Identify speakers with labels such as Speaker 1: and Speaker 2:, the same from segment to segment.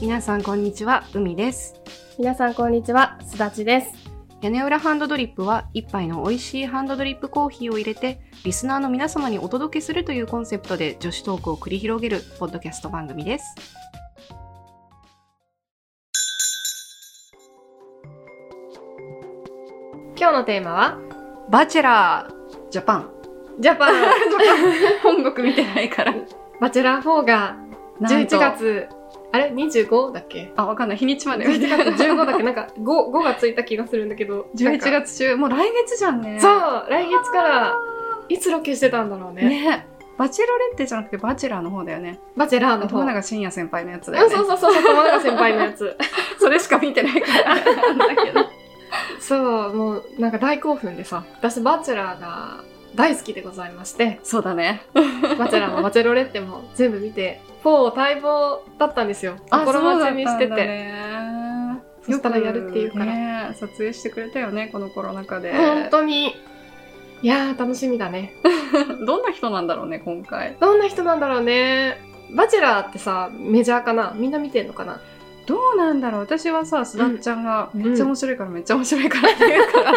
Speaker 1: 皆さんこんにちは、海です。
Speaker 2: 皆さんこんにちは、すだちです。
Speaker 1: 屋根裏ハンドドリップは一杯の美味しいハンドドリップコーヒーを入れてリスナーの皆様にお届けするというコンセプトで女子トークを繰り広げるポッドキャスト番組です。
Speaker 2: 今日のテーマは、
Speaker 1: バチェラージャパン。
Speaker 2: ジャパン
Speaker 1: 本国見てないから。
Speaker 2: バチェラー4が
Speaker 1: なんと
Speaker 2: 11。月、あれ ?25 だっけ
Speaker 1: あ、わかんない。日にちまで。
Speaker 2: ?11 月15だっけ なんか5、5がついた気がするんだけど。なんか
Speaker 1: 11。月中。もう来月じゃんね。
Speaker 2: そう、来月から、いつロケしてたんだろうね。
Speaker 1: ね。バチェロレッテじゃなくてバチェラーの方だよね。
Speaker 2: バチェラーの方。
Speaker 1: 友永信也先輩のやつだ
Speaker 2: う
Speaker 1: よ
Speaker 2: ん、
Speaker 1: ね。
Speaker 2: そうそうそう、友永先輩の やつ。
Speaker 1: それしか見てないから。 なんだけど。
Speaker 2: そう、もうなんか大興奮でさ、私バチェラーが大好きでございまして、
Speaker 1: そうだね。
Speaker 2: バチェラーもバチェロレッテも全部見て、4待望だったんですよ。
Speaker 1: あそ
Speaker 2: 心
Speaker 1: うだった
Speaker 2: 待ち
Speaker 1: ん
Speaker 2: に
Speaker 1: だ
Speaker 2: してて。
Speaker 1: ね
Speaker 2: そしたらやるっていうから
Speaker 1: よくね撮影してくれたよねこのコロナ禍で
Speaker 2: 本当に。いやー、楽しみだね。
Speaker 1: どんな人なんだろうね今回
Speaker 2: どんな人なんだろうね。バチェラーってさ、メジャーかなみんな見てんのかな
Speaker 1: どうなんだろう私はさすだっちゃんがめっちゃ面白いからめっちゃ面白いからっていう から、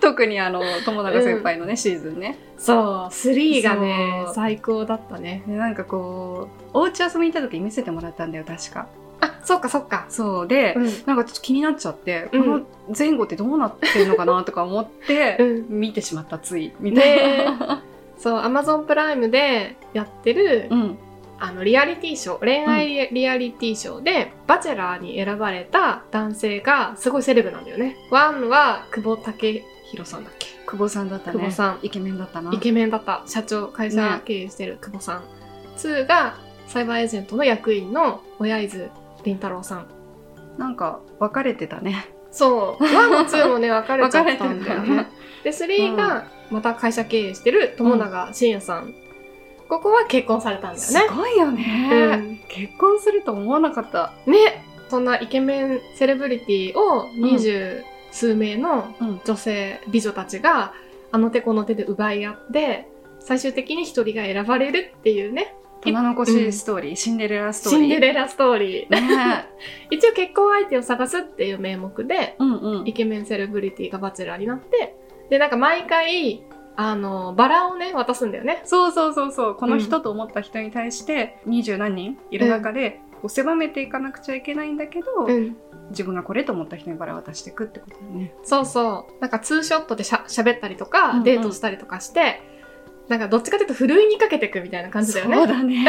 Speaker 1: 特にあの友永先輩のね、シーズンね
Speaker 2: そう、3がね
Speaker 1: そ、う
Speaker 2: 最高だったね。
Speaker 1: でなんかこうお家遊びに行った時見せてもらったんだよ確か
Speaker 2: あ、そっかそっか。
Speaker 1: そうで、
Speaker 2: うん。
Speaker 1: なんかちょっと気になっちゃって、
Speaker 2: うん
Speaker 1: この前後ってどうなってるのかなとか思って、
Speaker 2: うん
Speaker 1: 見てしまったついみたい
Speaker 2: で
Speaker 1: な、、
Speaker 2: そう、アマゾンプライムでやってる、
Speaker 1: うん
Speaker 2: あの、リアリティショー、恋愛リアリティショーで、バチェラーに選ばれた男性がすごいセレブなんだよね。ワンは久保建英さんだっけ
Speaker 1: 久保さんだったね
Speaker 2: 久保さん
Speaker 1: イケメンだったな
Speaker 2: イケメンだった社長会社経営してる久保さん、2がサイバーエージェントの役員の親伊豆凛太郎さん
Speaker 1: なんか分かれてたね。
Speaker 2: そう1も2もね分かれちゃっ
Speaker 1: 分
Speaker 2: た
Speaker 1: かれ
Speaker 2: ん
Speaker 1: て
Speaker 2: だ
Speaker 1: た
Speaker 2: よ
Speaker 1: よ
Speaker 2: ね
Speaker 1: ね
Speaker 2: で3がまた会社経営してる友永信也さん、ここは結婚されたんだよ
Speaker 1: す
Speaker 2: ね
Speaker 1: ごいよ
Speaker 2: う
Speaker 1: ね。
Speaker 2: ん
Speaker 1: 結婚すると思わなかった。
Speaker 2: ねそんなイケメンセレブリティを二十数名の
Speaker 1: うん
Speaker 2: 女性、美女たちがあの手この手で奪い合って最終的に一人が選ばれるっていうね
Speaker 1: 玉の腰ストーリー、シンデレラストー
Speaker 2: シ
Speaker 1: リー。
Speaker 2: ンデレラストーリー
Speaker 1: ね。
Speaker 2: 一応結婚相手を探すっていう名目で
Speaker 1: うんうん
Speaker 2: イ。ケメンセレブリティがバチェラーになってでなんか毎回あのバラをね渡すんだよね
Speaker 1: そうそうそうそう。この人と思った人に対して二十何人いる中で、こう狭めていかなくちゃいけないんだけど、
Speaker 2: うん
Speaker 1: 自分がこれと思った人にバラ渡していくってことだね。
Speaker 2: そうそうなんかツーショットでしゃ喋ったりとか、
Speaker 1: うんうん
Speaker 2: デートしたりとかしてなんかどっちかというとふるいにかけていくみたいな感じだよ
Speaker 1: そう
Speaker 2: ね
Speaker 1: だ ね。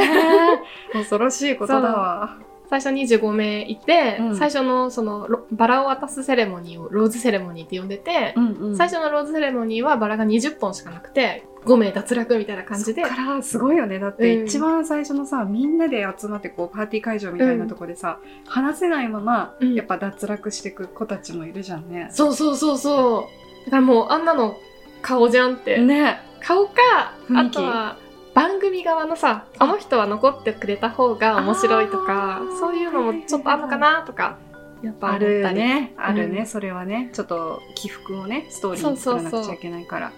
Speaker 1: 恐ろしいことだわ。
Speaker 2: 最初25名いて、
Speaker 1: うん
Speaker 2: 最初のそのロバラを渡すセレモニーをローズセレモニーって呼んでて、
Speaker 1: うんうん
Speaker 2: 最初のローズセレモニーはバラが20本しかなくて5名脱落みたいな感じで
Speaker 1: そっからすごいよねだって
Speaker 2: うん
Speaker 1: 一番最初のさ、みんなで集まってこうパーティー会場みたいなとこでさ、話せないまま、
Speaker 2: うん
Speaker 1: やっぱ脱落してく子たちもいるじゃんね。
Speaker 2: そうそうそうそう。だからもうあんなの顔じゃんって。
Speaker 1: ね
Speaker 2: 顔か、
Speaker 1: 雰
Speaker 2: あ
Speaker 1: 囲気
Speaker 2: とは番組側のさ、あの人は残ってくれた方が面白いとか
Speaker 1: あー、
Speaker 2: そういうのもちょっとあんのかなとか、やっぱ思
Speaker 1: あ
Speaker 2: ったり。
Speaker 1: るねあるね、
Speaker 2: う
Speaker 1: それはねちょっと起伏をねストーリーに作らなくちゃいけないから。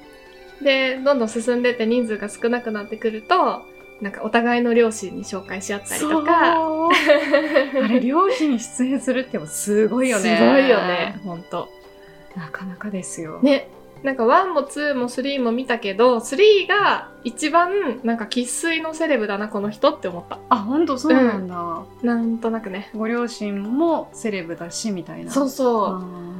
Speaker 2: で、どんどん進んでって人数が少なくなってくると、なんかお互いの両親に紹介し合ったりとか。
Speaker 1: そうあれ両親出演するってもすごいよね。
Speaker 2: すごいよね、ほんと。
Speaker 1: なかなかですよ。
Speaker 2: ね。なんか1も2も3も見たけど、3が一番なんか生粋のセレブだな、この人って思った。
Speaker 1: あ本当そうなんだ、
Speaker 2: なんとなくね。
Speaker 1: ご両親もセレブだしみたいな。
Speaker 2: そうそう。
Speaker 1: あ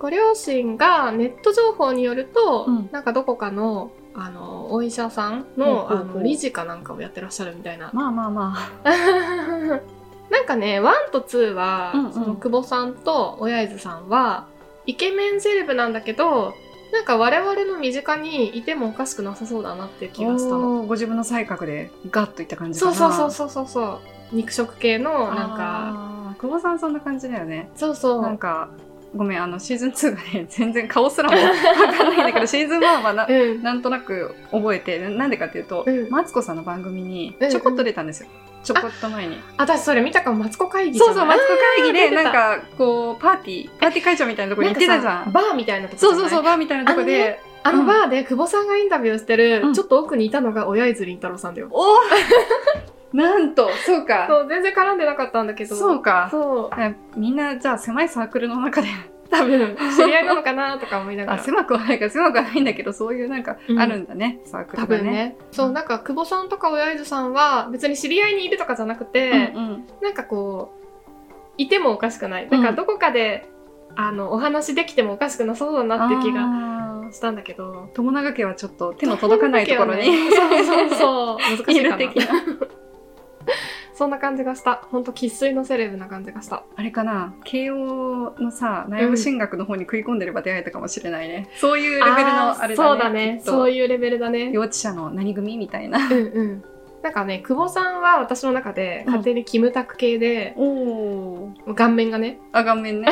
Speaker 2: ご両親がネット情報によると、
Speaker 1: うん
Speaker 2: なんかどこかのあのお医者さんの,、
Speaker 1: ほうほう
Speaker 2: あ
Speaker 1: ほ
Speaker 2: の
Speaker 1: う
Speaker 2: 理事かなんかをやってらっしゃるみたいな
Speaker 1: ー。まあまあまあ。
Speaker 2: なんかね1と2は、
Speaker 1: うんうん
Speaker 2: その久保さんと親伊豆さんはイケメンセレブなんだけどなんか我々の身近にいてもおかしくなさそうだなっていう気がしたの。
Speaker 1: おーご自分の才覚でガッといった感じか
Speaker 2: そう
Speaker 1: な
Speaker 2: そうそうそうそうそう肉食系のなんか
Speaker 1: あー久保さんそんな感じだよね
Speaker 2: そうそう
Speaker 1: なんかごめんあのシーズン2がね 全然顔すらも分かんないんだ けどシーズン1はな
Speaker 2: うん
Speaker 1: なんとなく覚えてななんでかっていうと、
Speaker 2: うん
Speaker 1: マツコさんの番組に
Speaker 2: うんうん
Speaker 1: ちょこっと出たんですよ、ちょこっと前に
Speaker 2: 私それ見たかもマツコ会議じゃ
Speaker 1: そう
Speaker 2: ない
Speaker 1: そうマツコ会議
Speaker 2: あー
Speaker 1: で
Speaker 2: 出て
Speaker 1: な
Speaker 2: た
Speaker 1: んかこうパーティーパーティー会場みたいなとこに行ってたじゃ
Speaker 2: なんんかさバーみたいなとこじゃ
Speaker 1: そ
Speaker 2: な
Speaker 1: う
Speaker 2: い
Speaker 1: そうそうバーみたいなとこで、
Speaker 2: あの
Speaker 1: うん
Speaker 2: バーで久保さんがインタビューしてる、
Speaker 1: うん
Speaker 2: ちょっと奥にいたのが親泉凛太郎さんだよ。
Speaker 1: おお なんと、そうか。
Speaker 2: そう、全然絡んでなかったんだけど。
Speaker 1: そうか。
Speaker 2: そう。
Speaker 1: あみんな、じゃあ狭いサークルの中で、
Speaker 2: 多分、知り合いなのかなとか思いなが
Speaker 1: あ、
Speaker 2: ら。
Speaker 1: 狭くはないから狭くはないんだけど、そういうなんか
Speaker 2: うん
Speaker 1: あるんだね、サーク
Speaker 2: 多
Speaker 1: ルが
Speaker 2: 分
Speaker 1: ね。
Speaker 2: ね。そう、なんか、久保さんとか親父さんは、別に知り合いにいるとかじゃなくて、
Speaker 1: うんうん
Speaker 2: なんかこう、いてもおかしくない。なんか、どこかで、あの、お話できてもおかしくなさそうだなって気が
Speaker 1: あー
Speaker 2: したんだけど。
Speaker 1: 友永家はちょっと手の届かないところに、
Speaker 2: ねそうそうそう。難しいか な。
Speaker 1: いる的な。
Speaker 2: そんな感じがした。ほんと、生粋のセレブな感じがした。
Speaker 1: あれかな慶応のさ、内部進学の方に食い込んでれば出会えたかもしれないね。そういうレベルのあれだね。
Speaker 2: ーそうだね。
Speaker 1: きっと
Speaker 2: そういうレベルだね。
Speaker 1: 幼稚者の何組みたいな。
Speaker 2: うんうん。なんかね、久保さんは私の中で家庭にキムタク系で、
Speaker 1: おー。
Speaker 2: 顔面がね。
Speaker 1: あ、顔面ね。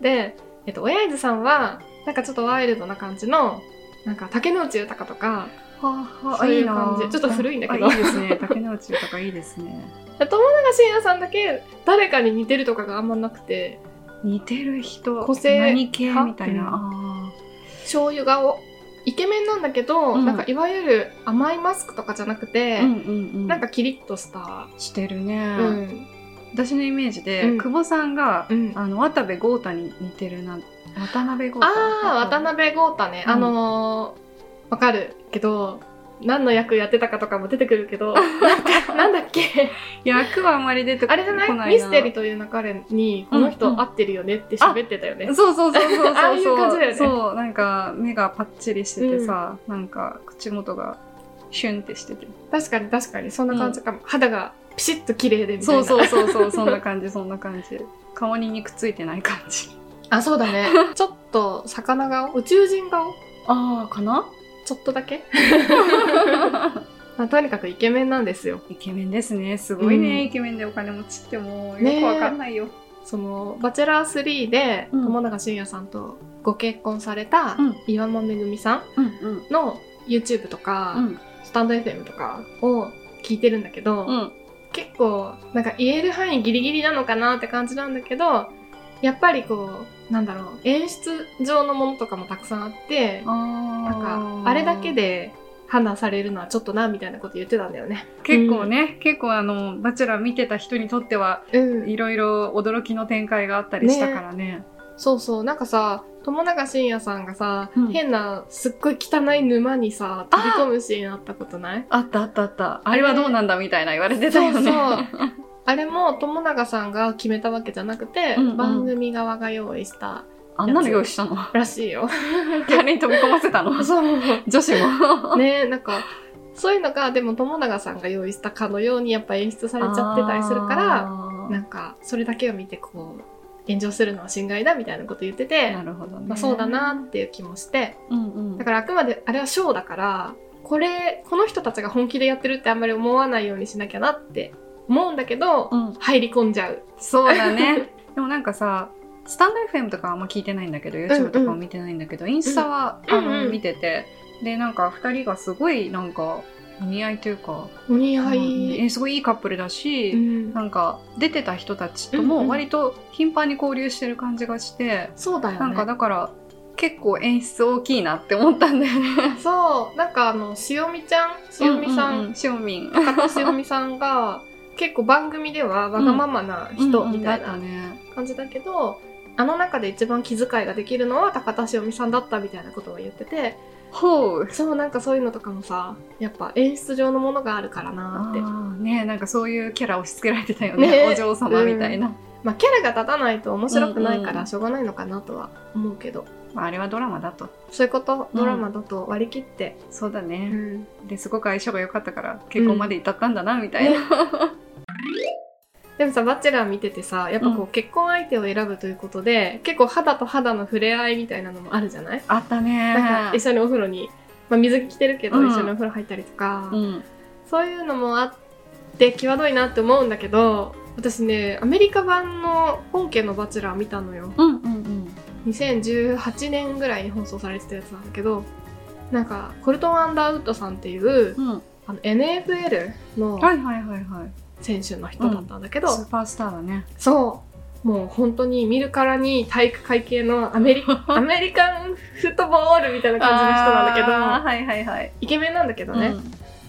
Speaker 2: で、えっと、親父さんは、なんかちょっとワイルドな感じの、なんか竹野内豊とか、
Speaker 1: はあはあ
Speaker 2: そういう
Speaker 1: いいな
Speaker 2: 感じちょっと古いんだけど
Speaker 1: あいいですね。竹之内とかいいですね。
Speaker 2: 友永信也さんだけ誰かに似てるとかがあんまなくて、
Speaker 1: 似てる人、
Speaker 2: 個性
Speaker 1: 何系みたいな。
Speaker 2: 派
Speaker 1: あ
Speaker 2: 醤油顔。イケメンなんだけど、
Speaker 1: うん
Speaker 2: なんかいわゆる甘いマスクとかじゃなくて、
Speaker 1: ーうんうんうん。
Speaker 2: なんかキリッとした。
Speaker 1: してるね、
Speaker 2: うん。
Speaker 1: 私のイメージで、
Speaker 2: うん
Speaker 1: 久保さんが、
Speaker 2: うん。
Speaker 1: あの渡部豪太に似てるな渡辺豪太
Speaker 2: あー、渡辺豪太ね。
Speaker 1: うん
Speaker 2: あのー、わかるけど、何の役やってたかとかも出てくる けど、なんかなんだっけ、
Speaker 1: 役はあまり出てこ
Speaker 2: あれじゃないミステリーという流れに、この
Speaker 1: うんうん
Speaker 2: 人合ってるよねって喋ってたよね。
Speaker 1: そうそうそうそうそう
Speaker 2: ああいう感じだよね
Speaker 1: そうなんか目がパッチリしててさ、なんか口元がシュンってしてて
Speaker 2: 確かに確かに、そんな感じかも。肌がピシッと綺麗でみたい
Speaker 1: そ
Speaker 2: な。
Speaker 1: うそうそうそうそんな感じそんな感じ顔に肉ついてない感じ
Speaker 2: あ、そうだ ね。ちょっと、魚顔宇宙人顔
Speaker 1: ああかな
Speaker 2: ちょっとだ けまあとにかくイケメンなんですよ。
Speaker 1: イケメンですねすごいね、
Speaker 2: うん
Speaker 1: イケメンでお金持ちってもうよ
Speaker 2: ね
Speaker 1: くわかんないよ、
Speaker 2: その、バチェラー3で、
Speaker 1: うん
Speaker 2: 友永信也さんとご結婚された
Speaker 1: うん、
Speaker 2: 岩間めぐみさん
Speaker 1: うんうん
Speaker 2: の YouTube とか、
Speaker 1: うん
Speaker 2: スタンド FM とかを聞いてるんだけど、
Speaker 1: うん
Speaker 2: 結構なんか言える範囲ギリギリなのかなって感じなんだけどやっぱりこうなんだろう演出上のものとかもたくさんあって
Speaker 1: な
Speaker 2: なんかあれだけで判断されるのはちょっとなみたいなこと言ってたんだよね。
Speaker 1: 結構ね、結構あの「バチェラー」見てた人にとっては
Speaker 2: うん、
Speaker 1: いろいろ驚きの展開があったりしたからね
Speaker 2: そうそうなんかさ友永信也さんがさ、
Speaker 1: うん
Speaker 2: 変なすっごい汚い沼にさ飛び込むシーンあったことない
Speaker 1: あったあったあったあれはどうなんだみたいな言われてたよね
Speaker 2: そうそうあれも友永さんが決めたわけじゃなくて、
Speaker 1: うんうん
Speaker 2: 番組側が用意した
Speaker 1: あんなの用意したの
Speaker 2: らしいよ。
Speaker 1: 誰に飛び込ませたの
Speaker 2: そう
Speaker 1: 女子も
Speaker 2: ねなんかそういうのがでも友永さんが用意したかのようにやっぱ演出されちゃってたりするから
Speaker 1: あー
Speaker 2: なんかそれだけを見てこう炎上するのは侵害だみたいなこと言ってて、
Speaker 1: なるほどね、
Speaker 2: まあ、そうだなっていう気もして
Speaker 1: うんうん
Speaker 2: だからあくまであれはショーだからこれこの人たちが本気でやってるってあんまり思わないようにしなきゃなって思うんだけど、
Speaker 1: うん
Speaker 2: 入り込んじゃう。
Speaker 1: そうだ ねでもなんかさスタンド FM とかはあんま聞いてないんだけど YouTube とかも見てないんだけど、インスタは、あの
Speaker 2: うんうん
Speaker 1: 見ててでなんか2人がすごいなんかお似合いというか、
Speaker 2: お似合
Speaker 1: うん
Speaker 2: い、
Speaker 1: えすごいいいカップルだし、
Speaker 2: うん
Speaker 1: なんか出てた人たちと
Speaker 2: うんう
Speaker 1: も
Speaker 2: ん
Speaker 1: 割と頻繁に交流してる感じがして、
Speaker 2: そうだよね。
Speaker 1: なんかだから結構演出大きいなって思ったんだよ ね。
Speaker 2: そうなんかあのしおみちゃんしおみさん
Speaker 1: うううしおみん。
Speaker 2: 高橋おみさんが結構番組ではわがままな人みた
Speaker 1: だ
Speaker 2: い
Speaker 1: った
Speaker 2: な
Speaker 1: ね。
Speaker 2: 感じだけど、あの中で一番気遣いができるのは高田しおみさんだったみたいなことを言ってて
Speaker 1: ほう。
Speaker 2: そうなんかそういうのとかもさやっぱ演出上のものがあるからな
Speaker 1: あ
Speaker 2: って
Speaker 1: ーねなんかそういうキャラ押し付けられてたよね。
Speaker 2: ね
Speaker 1: お嬢様みたいな。
Speaker 2: まあキャラが立たないと面白くないか
Speaker 1: うんう
Speaker 2: ら
Speaker 1: ん
Speaker 2: しょうがないのかなとは思うけど、
Speaker 1: まあ、あれはドラマだと。
Speaker 2: そういうこと
Speaker 1: うん
Speaker 2: ドラマだと割り切って、
Speaker 1: そうだ
Speaker 2: う
Speaker 1: ね。
Speaker 2: ん
Speaker 1: ですごく相性が良かったから結婚まで至ったんだなみたいな。
Speaker 2: でもさ「バチェラー」見ててさやっぱこう、
Speaker 1: う
Speaker 2: 結婚相手を選ぶということで結構肌と肌の触れ合いみたいなのもあるじゃない
Speaker 1: あった
Speaker 2: なん
Speaker 1: ね
Speaker 2: か。一緒にお風呂に、まあ、水着着てるけど
Speaker 1: うん
Speaker 2: 一緒にお風呂入ったりとか、
Speaker 1: うん。
Speaker 2: そういうのもあって際どいなって思うんだけど私ねアメリカ版の本家の「バチェラー」見たのよ
Speaker 1: うんうんうん。
Speaker 2: 2018年ぐらいに放送されてたやつなんだけどなんかコルトン・アンダーウッドさんっていう
Speaker 1: うん。
Speaker 2: あの NFL の
Speaker 1: はいはいはいはい。
Speaker 2: 選手の人だったんだけど、
Speaker 1: スーパースターだね。
Speaker 2: そうもう本当に見るからに体育会系の アメリアメリカンフットボールみたいな感じの人なんだけ
Speaker 1: あー
Speaker 2: ど
Speaker 1: はいはいはい。
Speaker 2: イケメンなんだけどね、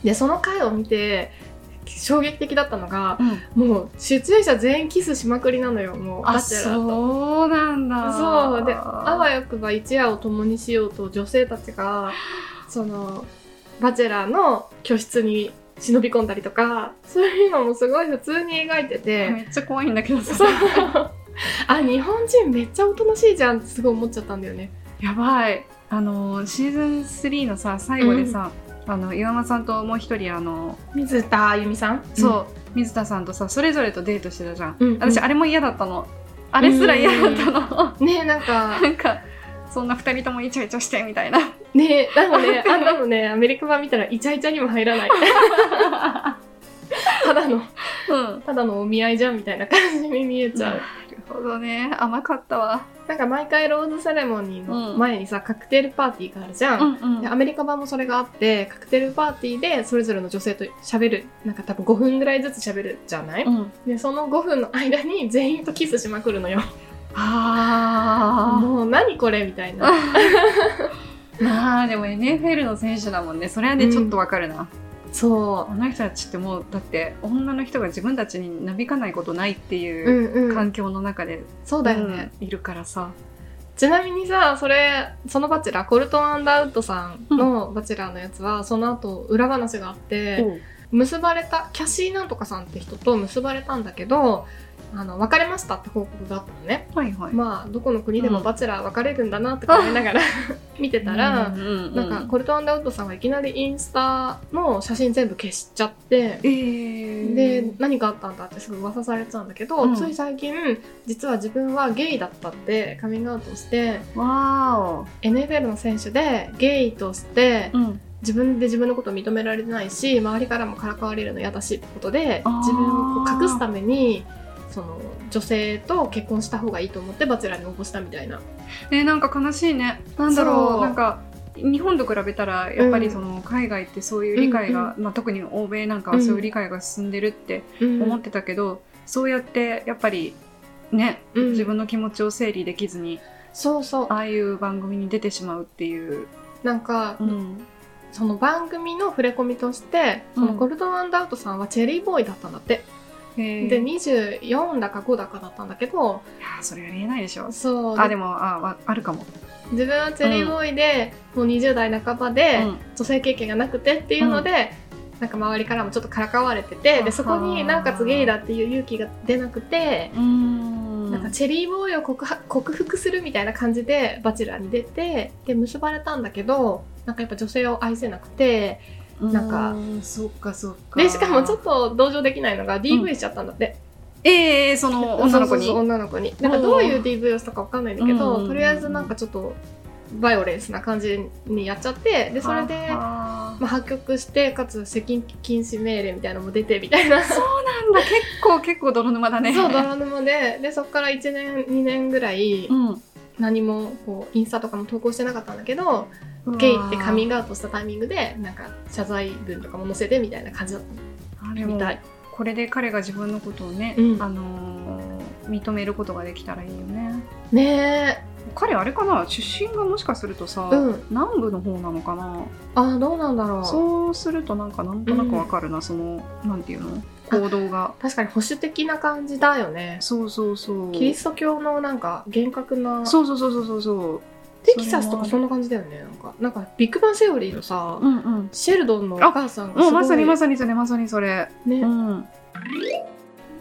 Speaker 2: でその回を見て衝撃的だったのが、
Speaker 1: うん
Speaker 2: もう出演者全員キスしまくりなのよもう
Speaker 1: あ
Speaker 2: バチェラーと
Speaker 1: そうなんだ
Speaker 2: そうであわよくば一夜を共にしようと女性たちがそのバチェラーの居室に忍び込んだりとかそういうのもすごい普通に描いてて、
Speaker 1: めっちゃ怖いんだけど
Speaker 2: そ
Speaker 1: さ
Speaker 2: うあ日本人めっちゃおとなしいじゃんってすごい思っちゃったんだよね
Speaker 1: やばいあのーシーズン3のさ最後でさ、あの岩間さんともう一人あの
Speaker 2: 水田あゆみさん
Speaker 1: そう、水田さんとさそれぞれとデートしてたじゃん、
Speaker 2: うんうん
Speaker 1: 私あれも嫌だったのあれすら嫌だったの、
Speaker 2: うんねなんか
Speaker 1: なんかそんな二人ともイチャイチャしてみたいな
Speaker 2: ねなの ねあんなのねアメリカ版見たらイチャイチャにも入 らないただの
Speaker 1: うん
Speaker 2: ただのお見合いじゃんみたいな感じに見えちゃう、
Speaker 1: なるほどね甘かったわ
Speaker 2: なんか毎回ローズセレモニーの前にさ、カクテルパーティーがあるじゃん、
Speaker 1: んう
Speaker 2: でアメリカ版もそれがあってカクテルパーティーでそれぞれの女性と喋るなんか多分5分ぐらいずつ喋るじゃない、
Speaker 1: うん
Speaker 2: でその5分の間に全員とキスしまくるのよ
Speaker 1: あ
Speaker 2: もう何これみたいな
Speaker 1: ーまあでも NFL の選手だもんねそれはね、
Speaker 2: うん
Speaker 1: ちょっとわかるな
Speaker 2: そ
Speaker 1: あの人たちってもうだって女の人が自分たちになびかないことないって
Speaker 2: う
Speaker 1: いううん
Speaker 2: うん
Speaker 1: 環境の中で、
Speaker 2: そうだよね、
Speaker 1: うんいるからさ
Speaker 2: ちなみにさそれそのバチェラーコルトンアウトさんのバチェラーのやつは、その後裏話があって、結ばれたキャシーなんとかさんって人と結ばれたんだけどあの別れましたって報告があったのね
Speaker 1: はいはい、
Speaker 2: まあどこの国で
Speaker 1: う
Speaker 2: も
Speaker 1: ん
Speaker 2: バチェラー別れるんだなって思いながら 見てたら、
Speaker 1: うんうんうん
Speaker 2: なんかコルトアンダウトさんはいきなりインスタの写真全部消しちゃって
Speaker 1: えー、
Speaker 2: で何かあったんだってすぐ噂されてたんだけど、
Speaker 1: うん
Speaker 2: つい最近実は自分はゲイだったってカミングアウトして
Speaker 1: わ
Speaker 2: NFL の選手でゲイとして
Speaker 1: ーお、うん、
Speaker 2: 自分で自分のこと認められてないし周りからもからかわれるの嫌だしってことで
Speaker 1: あー
Speaker 2: 自分をこう隠すためにその女性と結婚した方がいいと思ってバチェラーに応募したみたいな。
Speaker 1: えーなんか悲しいねなんだ
Speaker 2: そ
Speaker 1: ろう
Speaker 2: う
Speaker 1: なんか日本と比べたらやっぱりその海外ってそういう理解が、まあ、特に欧米なんかはそういう理解が進んでるって思ってたけど、そうやってやっぱりね、
Speaker 2: うん
Speaker 1: 自分の気持ちを整理できずに
Speaker 2: そうそう
Speaker 1: ああいう番組に出てしまうっていう、
Speaker 2: なんか、
Speaker 1: ん、
Speaker 2: その番組の触れ込みとしてその
Speaker 1: うん
Speaker 2: ゴルドン・アンダウトさんはチェリーボーイだったんだって、
Speaker 1: へー
Speaker 2: で
Speaker 1: い
Speaker 2: 24だか5だかだったんだけど
Speaker 1: やーそれありえないでしょ
Speaker 2: そう
Speaker 1: あでもあわあるかも、
Speaker 2: 自分はチェリーボーイで、もう20代半ばで、
Speaker 1: うん
Speaker 2: 女性経験がなくてっていうので、なんか周りからもちょっとからかわれてて
Speaker 1: はは
Speaker 2: でそこになおかつゲイだっていう勇気が出なくて、
Speaker 1: うーん
Speaker 2: なんかチェリーボーイを告白克服するみたいな感じでバチェラーに出てで結ばれたんだけどなんかやっぱ女性を愛せなくてなんか
Speaker 1: うーんそっかそっか
Speaker 2: でしかもちょっと同情できないのが DV しちゃったんだって、
Speaker 1: ええその女の子に
Speaker 2: そうそうそう女の子になんかどういう DV をしたかわかんないんだけ
Speaker 1: う
Speaker 2: ど
Speaker 1: ん
Speaker 2: とりあえずなんかちょっとバイオレンスな感じにやっちゃってでそれで
Speaker 1: あー
Speaker 2: まあ、破局してかつ接近禁止命令みたいなのも出てみ たいなそ
Speaker 1: なんだ結構結構泥沼だね
Speaker 2: う泥沼ででそこから1年2年ぐらい
Speaker 1: うん
Speaker 2: 何もこうインスタとかも投稿してなかったんだけどゲイってカミングアウトしたタイミングでなんか謝罪文とかも載せてみたいな感じだった
Speaker 1: あでも
Speaker 2: みたい
Speaker 1: これで彼が自分のことをね、
Speaker 2: うん
Speaker 1: あのー認めることができたらいいよね
Speaker 2: ね
Speaker 1: 彼あれかな出身がもしかするとさ、
Speaker 2: うん
Speaker 1: 南部の方なのかな、
Speaker 2: えあーどうなんだろう
Speaker 1: そうするとなんかなんとなくわかるな、そのなんていうの行動が
Speaker 2: 確かに保守的な感じだよね
Speaker 1: そうそうそう
Speaker 2: キリスト教のなんか厳格な
Speaker 1: そうそうそうそうそうそう
Speaker 2: テキサスとか
Speaker 1: そ
Speaker 2: そんな感じだよねなんかなんかビッグバンセオリーのさ、
Speaker 1: うんうん
Speaker 2: シェルドンのお母さんが
Speaker 1: も
Speaker 2: す
Speaker 1: う
Speaker 2: ごい
Speaker 1: まさにまさにそれまさにそれ、
Speaker 2: ね、
Speaker 1: うん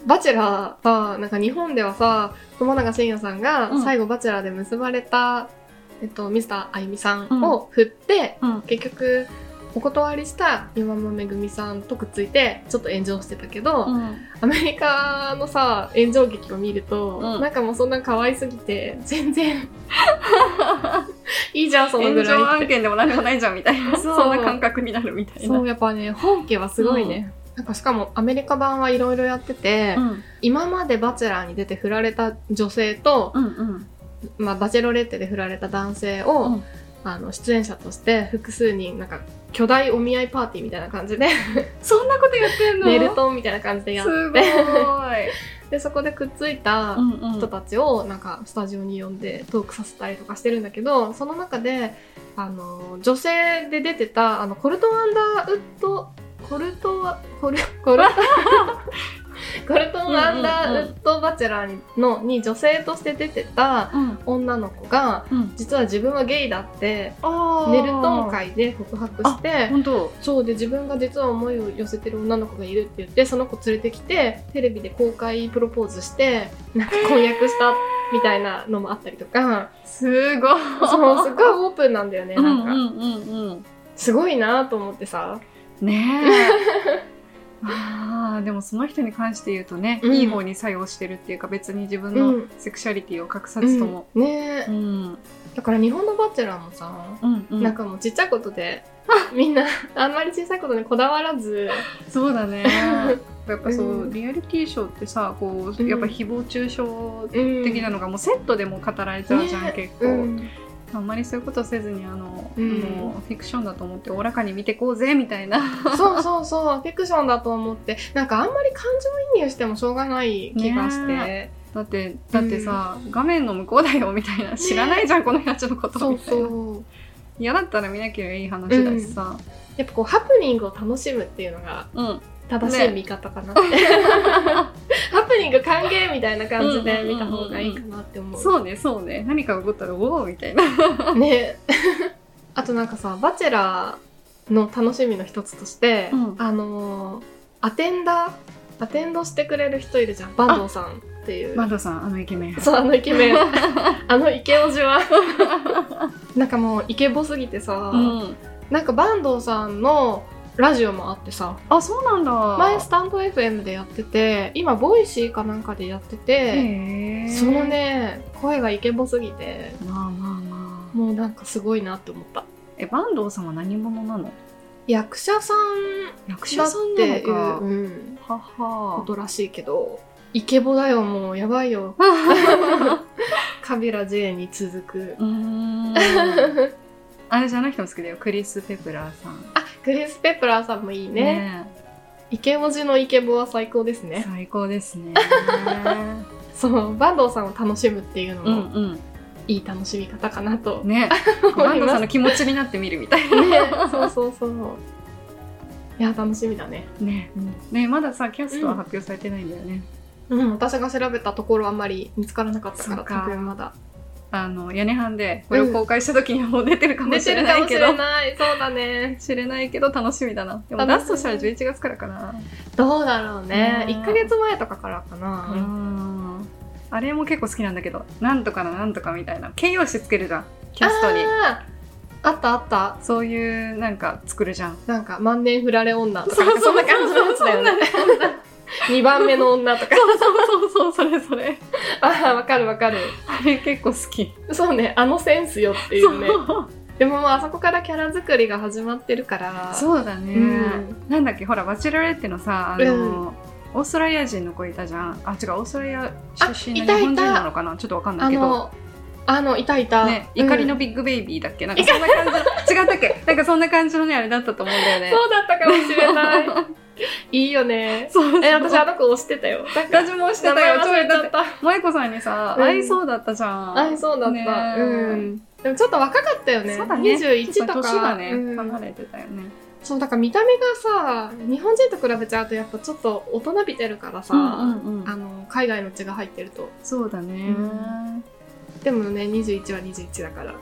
Speaker 2: バチェラーはなんか日本ではさ友永信也さん
Speaker 1: う
Speaker 2: が
Speaker 1: ん
Speaker 2: 最後バチェラーで結ばれた、えっと、ミスターあゆみさんを振って、
Speaker 1: うん
Speaker 2: 結局お断りした今間めぐみさんとくっついてちょっと炎上してたけど、
Speaker 1: うん
Speaker 2: アメリカのさ炎上劇を見ると、
Speaker 1: うん
Speaker 2: なんかもうそんな可愛すぎて全然 いいじゃんその
Speaker 1: 炎
Speaker 2: ぐ
Speaker 1: 上
Speaker 2: らい
Speaker 1: 案
Speaker 2: って
Speaker 1: 件でも何でもないじゃんみたいな
Speaker 2: そ
Speaker 1: そうそんな感覚になるみたいな
Speaker 2: そうやっぱね本家はすごいね、なんかしかもアメリカ版はいろいろやってて、
Speaker 1: うん
Speaker 2: 今までバチェラーに出て振られた女性と、
Speaker 1: うんうん
Speaker 2: まあ、バチェロレッテで振られた男性を、
Speaker 1: うん
Speaker 2: あの出演者として複数人なんか巨大お見合いパーティーみたいな感じで
Speaker 1: そんなことやってんの
Speaker 2: ネルトンみたいな感じでやっ
Speaker 1: すごい、
Speaker 2: てそこでくっついた
Speaker 1: んう
Speaker 2: 人た ちをなんかスタジオに呼んでトークさせたりとかしてるんだけどその中であの女性で出てたあのコルトン・アンダーウッドコルトはコルコル コルトン・アンダーウッド・バチェラーにのに女性として出てた
Speaker 1: うん
Speaker 2: 女の子が
Speaker 1: うん
Speaker 2: 実は自分はゲイだって
Speaker 1: あー
Speaker 2: ネルトン会で告白して
Speaker 1: 本当
Speaker 2: そうで自分が実は思いを寄せてる女の子がいるって言ってその子連れてきてテレビで公開プロポーズしてなんか婚約したみたいなのもあったりとか
Speaker 1: すごい
Speaker 2: そうすごいオープンなんだよね
Speaker 1: う
Speaker 2: なん
Speaker 1: ん
Speaker 2: か、
Speaker 1: うんうんうん
Speaker 2: すごいなと思ってさ
Speaker 1: ね えあーでもその人に関して言うとね、
Speaker 2: うん
Speaker 1: いい方に作用してるっていうか別に自分
Speaker 2: う
Speaker 1: の
Speaker 2: ん
Speaker 1: セクシャリティを隠さずとも、
Speaker 2: うんね
Speaker 1: う
Speaker 2: え
Speaker 1: んうん
Speaker 2: だから日本のバチェラーもさ
Speaker 1: うん
Speaker 2: なんかもうちっちゃいことで、みんなあんまり小さいことにこだわらず、
Speaker 1: そうだ ねやっぱそう、
Speaker 2: うん
Speaker 1: リアリティショーってさこう
Speaker 2: うん
Speaker 1: やっぱ誹謗中傷
Speaker 2: うん
Speaker 1: 的なのがもうセットでも語られちゃうじゃん、
Speaker 2: ね
Speaker 1: 結構、
Speaker 2: うん
Speaker 1: あんまりそういうことせずにあの、
Speaker 2: うん
Speaker 1: あのフィクションだと思っておおらかに見てこうぜみたいな
Speaker 2: そうそうそうフィクションだと思ってなんかあんまり感情移入してもしょうがない気がして、
Speaker 1: ね だってだってさ、画面の向こうだよみたいな知らないじゃん、この人たちのこと
Speaker 2: そう
Speaker 1: みたいな
Speaker 2: そう
Speaker 1: 嫌だったら見なきゃいい話だしさ、
Speaker 2: やっぱこうハプニングを楽しむっていうのが
Speaker 1: うん
Speaker 2: 正しい見方かなって、 ハプニング歓迎みたいな感じで見た方がいいかなって思う,、
Speaker 1: そうねそうね何か起こったらおおみたいな
Speaker 2: ね あとなんかさ「バチェラー」の楽しみの一つとして、
Speaker 1: うん
Speaker 2: あのーアテンダーアテンドしてくれる人いるじゃん坂東さんっていう
Speaker 1: マドさんあのイケメン
Speaker 2: そうあのイ ケメンあのイケオジはなんかもうイケボすぎてさ、
Speaker 1: うん、
Speaker 2: なんか坂東さんのラジオもあってさ
Speaker 1: あそうなんだ
Speaker 2: 前スタンド FM でやってて今ボイシーかなんかでやってて、
Speaker 1: へえ
Speaker 2: そのね声がイケボすぎて
Speaker 1: まあまあまあ
Speaker 2: もうなんかすごいなって思った
Speaker 1: え坂東さんは何者なの
Speaker 2: 役者さん
Speaker 1: 役
Speaker 2: だ
Speaker 1: 者
Speaker 2: っ
Speaker 1: さん
Speaker 2: て
Speaker 1: なの
Speaker 2: いう、
Speaker 1: か
Speaker 2: うん、
Speaker 1: は
Speaker 2: こ
Speaker 1: は
Speaker 2: とらしいけどイケボだよもうやばいよカビラ J に続く
Speaker 1: うーんあれじゃなくても好きだよクリス・ペプラーさん
Speaker 2: あクリス・ペプラーさんもいいねイケ文字のイケボは最高です
Speaker 1: ね
Speaker 2: ね
Speaker 1: 最高です ね
Speaker 2: そう坂東さんを楽しむっていうの
Speaker 1: う
Speaker 2: も
Speaker 1: ん
Speaker 2: いい楽しみ方かなと、
Speaker 1: う
Speaker 2: ね
Speaker 1: ん ね坂東さんの気持ちになってみるみたいな
Speaker 2: そうそうそういや楽しみだね
Speaker 1: ね,、ねまださキャストは発表されてないんだよね、
Speaker 2: うん私が調べたところあんまり見つからなかったから
Speaker 1: そうか
Speaker 2: 多分まだ
Speaker 1: あの屋根班でこれを公開した時にはもう出てるかも
Speaker 2: 出
Speaker 1: してれ
Speaker 2: る
Speaker 1: な
Speaker 2: か
Speaker 1: い
Speaker 2: もし
Speaker 1: けど、
Speaker 2: れないそうだね
Speaker 1: 知れないけど楽しみだなでも
Speaker 2: 楽し
Speaker 1: 出
Speaker 2: み
Speaker 1: すとしたら11月からかな
Speaker 2: どうだろうね
Speaker 1: ね
Speaker 2: 1ヶ月前とかからか
Speaker 1: う
Speaker 2: な、
Speaker 1: んあれも結構好きなんだけどなんとかななんとかみたいな形容詞つけるじゃんキャストに
Speaker 2: あーあったあった
Speaker 1: そういうなんか作るじゃん
Speaker 2: なんか万年振られ女とか
Speaker 1: そうそう
Speaker 2: なんかそんな感じのやつだよね2 番目の 女とか
Speaker 1: そうそうそうそれそれ
Speaker 2: ああわかるわかる
Speaker 1: あれ結構好き
Speaker 2: そうねあのセンスよっていうね
Speaker 1: そう
Speaker 2: でももうあそこからキャラ作りが始まってるから
Speaker 1: そうだね、
Speaker 2: うん
Speaker 1: なんだっけほらバチェラレってのさあの、オーストラリア人の子いたじゃんあ違うオーストラリア出身の
Speaker 2: あ
Speaker 1: 日
Speaker 2: いたいた
Speaker 1: 本人なのかなちょっとわかんな
Speaker 2: あ
Speaker 1: いけど
Speaker 2: のあのいたいた、
Speaker 1: ね、
Speaker 2: うん
Speaker 1: 怒りのビッグベイビーだっけ、なんかそんな感じの違ったっけなんかそんな感じのねあれだったと思うんだよね
Speaker 2: そうだったかもしれない いいよね
Speaker 1: そうそう
Speaker 2: え私あの子押してたよなんか
Speaker 1: 私もして
Speaker 2: 名
Speaker 1: た
Speaker 2: 前
Speaker 1: よち
Speaker 2: 忘
Speaker 1: ょ
Speaker 2: れ
Speaker 1: い
Speaker 2: ち
Speaker 1: だ
Speaker 2: ゃ
Speaker 1: っ
Speaker 2: ってた
Speaker 1: 萌子さんにさ、
Speaker 2: うん
Speaker 1: 会いそうだったじゃん
Speaker 2: あそうだった、
Speaker 1: ねえ
Speaker 2: うんでもちょっと若かったよね
Speaker 1: そうだね
Speaker 2: 21
Speaker 1: ちょっ
Speaker 2: とか
Speaker 1: 年がね、
Speaker 2: うん
Speaker 1: 離れてたよね
Speaker 2: そうだから見た目がさ日本人と比べちゃうとやっぱちょっと大人びてるからさ、
Speaker 1: うんうんうん
Speaker 2: あの海外の血が入ってると
Speaker 1: そうだね、
Speaker 2: うんでもね21は21だ から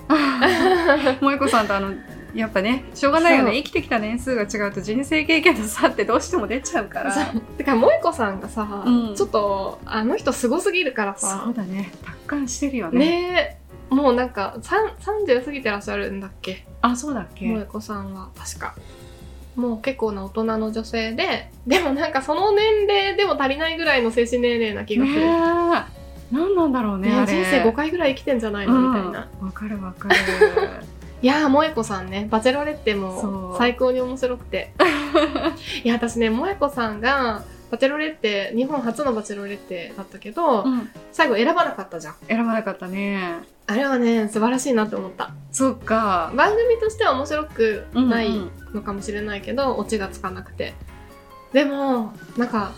Speaker 1: 萌子さんとあのやっぱねしょうがないよね
Speaker 2: そう
Speaker 1: 生きてきた年数が違うと人生経験の差ってどうしても出ちゃうから
Speaker 2: そうだから萌子さんがさ、
Speaker 1: うん
Speaker 2: ちょっとあの人すごすぎるから
Speaker 1: そ
Speaker 2: さ
Speaker 1: うだね達観してるよね
Speaker 2: ねえもうなんかさん30過ぎてらっしゃるんだっけ
Speaker 1: あそうだっけ、
Speaker 2: 萌子さんは確かもう結構な大人の女性ででもなんかその年齢でも足りないぐらいの精神年齢な気がす
Speaker 1: ね
Speaker 2: る、
Speaker 1: え何なんだろうね
Speaker 2: ねえ
Speaker 1: あれ
Speaker 2: 人生5回ぐらい生きてんじゃないの、みたいな
Speaker 1: うんわかるわ かる
Speaker 2: いやー萌子さんねバチェロレッテも
Speaker 1: そう
Speaker 2: 最高に面白 くていや私ね萌子さんがバチェロレッテ日本初のバチェロレッテだったけど、
Speaker 1: うん
Speaker 2: 最後選ばなかったじゃん
Speaker 1: 選ばなかったね
Speaker 2: あれはね素晴らしいなって思った
Speaker 1: そっか
Speaker 2: 番組としては面白くない
Speaker 1: うんうん
Speaker 2: のかもしれないけど、オチがつかなくてでもなんか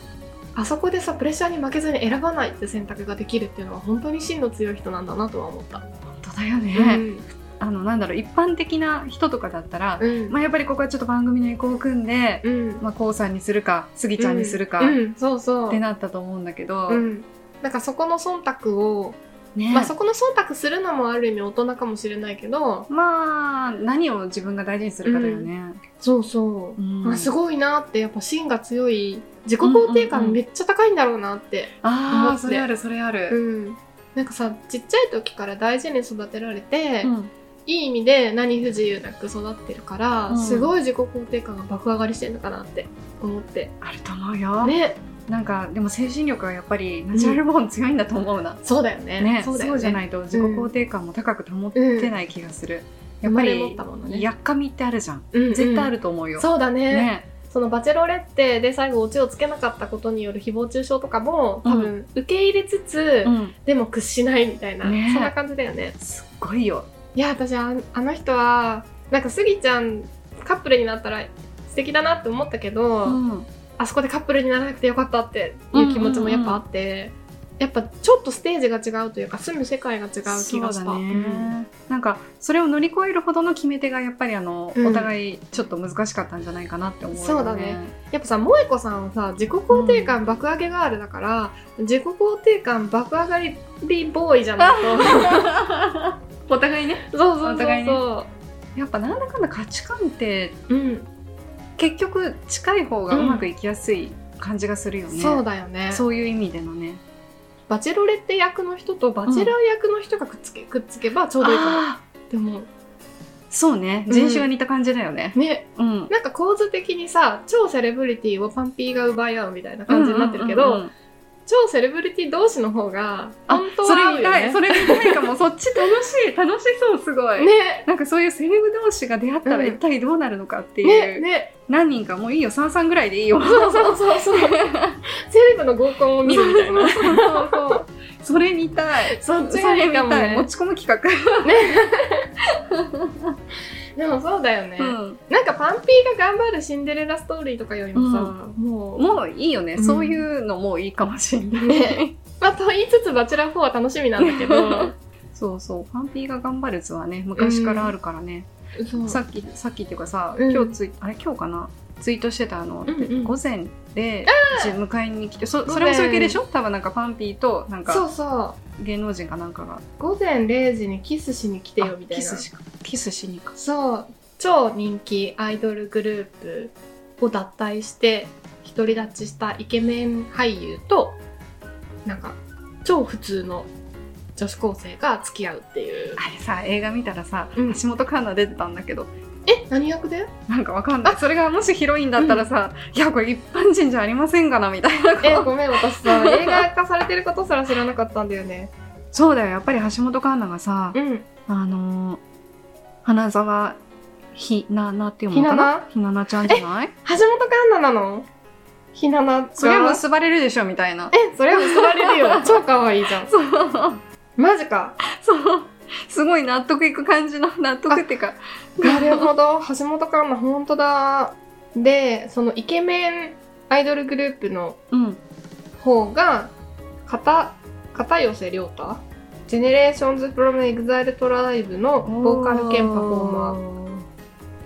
Speaker 2: あそこでさプレッシャーに負けずに選ばないって選択ができるっていうのは本当に芯の強い人なんだなとは思った、
Speaker 1: 本当だよ
Speaker 2: う
Speaker 1: ね、
Speaker 2: ん
Speaker 1: あのなんだろう一般的な人とかだったら、
Speaker 2: うん
Speaker 1: まあ、やっぱりここはちょっと番組の意向を組んで、
Speaker 2: うん
Speaker 1: まあ、こうさんにするかスギちゃんにするか、
Speaker 2: う
Speaker 1: っ
Speaker 2: んそうそう
Speaker 1: てなったと思うんだけど、
Speaker 2: うん、なんかそこの忖度を、
Speaker 1: ね
Speaker 2: まあ、そこの忖度するのもある意味大人かもしれないけど
Speaker 1: まあ何を自分が大事にするかだよね。
Speaker 2: そうそう、
Speaker 1: うん
Speaker 2: あすごいなってやっぱ芯が強い自己肯定
Speaker 1: うんうんう
Speaker 2: 感
Speaker 1: ん
Speaker 2: めっちゃ高いんだろうなって、
Speaker 1: あ
Speaker 2: 思っ
Speaker 1: あ
Speaker 2: て
Speaker 1: それあるそれあ
Speaker 2: うん
Speaker 1: る。
Speaker 2: なんかさちっちゃい時から大事に育てられて、
Speaker 1: うん
Speaker 2: いい意味で何不自由なく育ってるから、
Speaker 1: うん
Speaker 2: すごい自己肯定感が爆上がりしてるのかなって思って
Speaker 1: あると思うよ。
Speaker 2: ね
Speaker 1: なんかでも精神力はやっぱりナチュラルボーン強いんだと思うな。
Speaker 2: そうだよね
Speaker 1: ね
Speaker 2: そうだよね
Speaker 1: じゃないいと自己肯定感も高く保ってない気がする。
Speaker 2: や
Speaker 1: や
Speaker 2: っ
Speaker 1: っ
Speaker 2: ぱ
Speaker 1: ぱ
Speaker 2: り持っ
Speaker 1: り
Speaker 2: たものね
Speaker 1: やっかみってあるじゃん。
Speaker 2: うんうん
Speaker 1: 絶対あると思うよ。
Speaker 2: そうだね
Speaker 1: ね。
Speaker 2: そのバチェロレッテで最後オチをつけなかったことによる誹謗中傷とかも多
Speaker 1: う
Speaker 2: 分受け入れつつ、
Speaker 1: うん。
Speaker 2: でも屈しないみたいな、
Speaker 1: ね
Speaker 2: そんな感じだよね
Speaker 1: すっごいよ。
Speaker 2: いや私ああの人はなんかスギちゃんカップルになったら素敵だなって思ったけど、
Speaker 1: うん。
Speaker 2: あそこでカップルにならなくてよかったっていう気持ちもやっぱあって、やっぱちょっとステージが違うというか住む世界が違う気がした
Speaker 1: そうだね。なんかそれを乗り越えるほどの決め手がやっぱりあの
Speaker 2: うん
Speaker 1: お互いちょっと難しかったんじゃないかなって思うよね。
Speaker 2: そうだね。やっぱさ萌子さんはさ自己肯定感爆上げガールだから、自己肯定感爆上がりボーイじゃないと
Speaker 1: お互いね。
Speaker 2: そうそう
Speaker 1: お
Speaker 2: そ
Speaker 1: 互い
Speaker 2: う
Speaker 1: ね
Speaker 2: そ
Speaker 1: やっぱなんだかんだ価値観って
Speaker 2: う、うん
Speaker 1: 結局近い方がうまくいきやすい感じがするよね、
Speaker 2: そうだよね
Speaker 1: そういう意味でのね
Speaker 2: バチェロレッテ役の人とバチェラー役の人がくっつけくっつけばちょうどいいかも
Speaker 1: あ
Speaker 2: でも
Speaker 1: ーそうね
Speaker 2: うん
Speaker 1: 人種が似た感じだよね
Speaker 2: ね
Speaker 1: うん、
Speaker 2: なんか構図的にさ超セレブリティをパンピーが奪い合うみたいな感じになってるけど、
Speaker 1: うんうんうんうん
Speaker 2: 超セレブリティ同士の方が
Speaker 1: あ
Speaker 2: 本当
Speaker 1: そ
Speaker 2: は合
Speaker 1: れ
Speaker 2: う
Speaker 1: 見
Speaker 2: よ
Speaker 1: たい
Speaker 2: ね
Speaker 1: それ見たいかもそっち楽しい楽しそうすごい、
Speaker 2: ね
Speaker 1: なんかそういうセレブ同士が出会った
Speaker 2: う
Speaker 1: ら
Speaker 2: ん
Speaker 1: 一体どうなるのかっていう、
Speaker 2: ねね
Speaker 1: 何人かもういいよ33ぐらいでいいよ
Speaker 2: そうそうそ うそうセレブの合コンを見るみたいなそうそうそう
Speaker 1: それ見たい
Speaker 2: そっ
Speaker 1: そ
Speaker 2: ちがい
Speaker 1: れ
Speaker 2: い
Speaker 1: 見
Speaker 2: かも、
Speaker 1: たい
Speaker 2: ね
Speaker 1: 持、ち込む企画、
Speaker 2: でもそうだよね、
Speaker 1: うん
Speaker 2: なんかパンピーが頑張るシンデレラストーリーとかよりもさ、もう
Speaker 1: もういいよね、
Speaker 2: うん
Speaker 1: そういうのもういいかもしれない
Speaker 2: ねまあと言いつつバチェラー4は楽しみなんだけ ど
Speaker 1: そうそう、ファンピーが頑張る図はね、昔からあるからね。
Speaker 2: そう
Speaker 1: さっき、さっきっていうかさ、
Speaker 2: うん
Speaker 1: 今日ツイ、あれ今日かなツイートしてたあの、
Speaker 2: うんうん
Speaker 1: 午前で、うち迎えに来て、そそれもそれ系でしょ多分なんかファンピーと、なん
Speaker 2: そ
Speaker 1: か
Speaker 2: うそう
Speaker 1: 芸能人かなんかが、
Speaker 2: 午前0時にキスしに来てよ
Speaker 1: あ
Speaker 2: みたい
Speaker 1: キ
Speaker 2: な
Speaker 1: スし、キスしにか。
Speaker 2: そう超人気アイドルグループを脱退して独り立ちしたイケメン俳優となんか超普通の女子高生が付き合うっていう
Speaker 1: あれさ、映画見たらさ、
Speaker 2: うん
Speaker 1: 橋本環奈出てたんだけど、
Speaker 2: え何役で
Speaker 1: なんかわかんない。それがもしヒロインだったらさ、いや、これ一般人じゃありませんかな、みたいな。
Speaker 2: えごめん私さ映画化されてることすら知らなかったんだよね
Speaker 1: そうだよ、やっぱり橋本環奈がさ、
Speaker 2: うん
Speaker 1: あのー、花沢ひななって読むのかなひななちゃんじゃない
Speaker 2: 橋本環奈なのひななが
Speaker 1: それは結ばれるでしょみたいな。
Speaker 2: えそれは結ばれる よ超可愛いじゃん
Speaker 1: そう、
Speaker 2: マジか
Speaker 1: そう。すごい納得いく感じの、納得っていうか。
Speaker 2: なるほど橋本環奈本当だでそのイケメンアイドルグループの
Speaker 1: うん。
Speaker 2: 方が片片寄せ亮太ジェネレーションズ・プロム・エグザイル・トライブのボーカル兼パフォーマー
Speaker 1: ー。